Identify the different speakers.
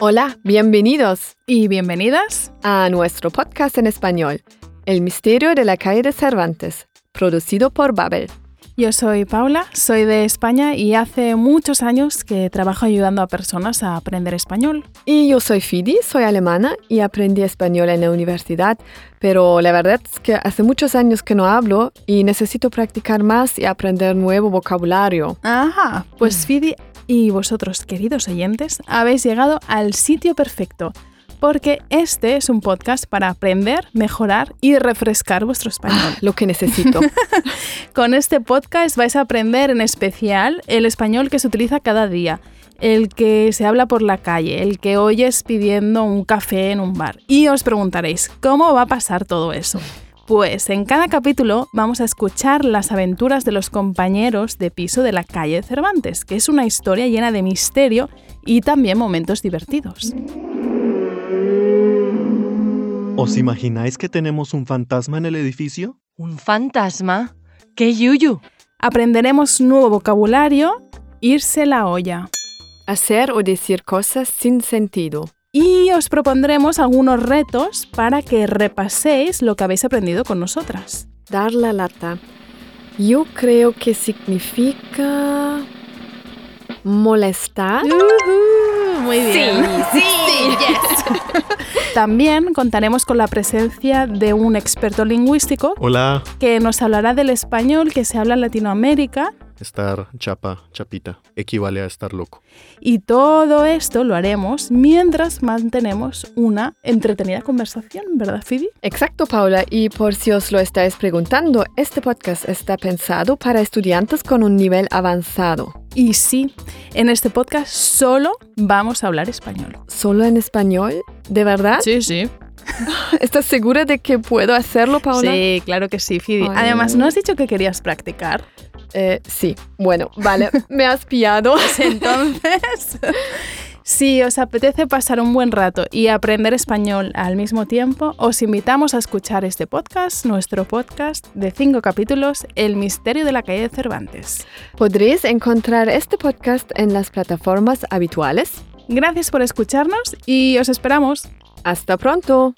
Speaker 1: Hola, bienvenidos
Speaker 2: y bienvenidas
Speaker 1: a nuestro podcast en español, El misterio de la calle de Cervantes, producido por Babel.
Speaker 2: Yo soy Paula, soy de España y hace muchos años que trabajo ayudando a personas a aprender español.
Speaker 1: Y yo soy Fidi, soy alemana y aprendí español en la universidad, pero la verdad es que hace muchos años que no hablo y necesito practicar más y aprender nuevo vocabulario.
Speaker 2: Ajá, pues Fidi y vosotros, queridos oyentes, habéis llegado al sitio perfecto, porque este es un podcast para aprender, mejorar y refrescar vuestro español.
Speaker 1: Ah, lo que necesito.
Speaker 2: Con este podcast vais a aprender en especial el español que se utiliza cada día, el que se habla por la calle, el que oyes pidiendo un café en un bar. Y os preguntaréis, ¿cómo va a pasar todo eso? Pues en cada capítulo vamos a escuchar las aventuras de los compañeros de piso de la calle Cervantes, que es una historia llena de misterio y también momentos divertidos.
Speaker 3: ¿Os imagináis que tenemos un fantasma en el edificio?
Speaker 4: ¿Un fantasma? ¡Qué yuyu!
Speaker 2: Aprenderemos nuevo vocabulario, irse la olla.
Speaker 1: Hacer o decir cosas sin sentido.
Speaker 2: Y os propondremos algunos retos para que repaséis lo que habéis aprendido con nosotras.
Speaker 1: Dar la lata. Yo creo que significa molestar.
Speaker 2: Ujú, muy bien.
Speaker 4: sí, yes.
Speaker 2: También contaremos con la presencia de un experto lingüístico
Speaker 3: Hola,
Speaker 2: que nos hablará del español que se habla en Latinoamérica
Speaker 3: estar chapa, chapita, equivale a estar loco.
Speaker 2: y todo esto lo haremos mientras mantenemos una entretenida conversación, ¿verdad, Phoebe?
Speaker 1: Exacto, Paula. Y por si os lo estáis preguntando, este podcast está pensado para estudiantes con un nivel avanzado.
Speaker 2: Y sí, en este podcast solo vamos a hablar español.
Speaker 1: ¿Solo en español? ¿De verdad?
Speaker 2: Sí, sí.
Speaker 1: ¿Estás segura de que puedo hacerlo, Paula?
Speaker 2: Sí, claro que sí, Phoebe.
Speaker 1: Ay.
Speaker 2: Además, ¿no has dicho que querías practicar?
Speaker 1: Eh, sí. Bueno, vale. Me has pillado.
Speaker 2: Entonces, si os apetece pasar un buen rato y aprender español al mismo tiempo, os invitamos a escuchar este podcast, nuestro podcast de cinco capítulos, El misterio de la calle de Cervantes.
Speaker 1: Podréis encontrar este podcast en las plataformas habituales.
Speaker 2: Gracias por escucharnos y os esperamos.
Speaker 1: Hasta pronto.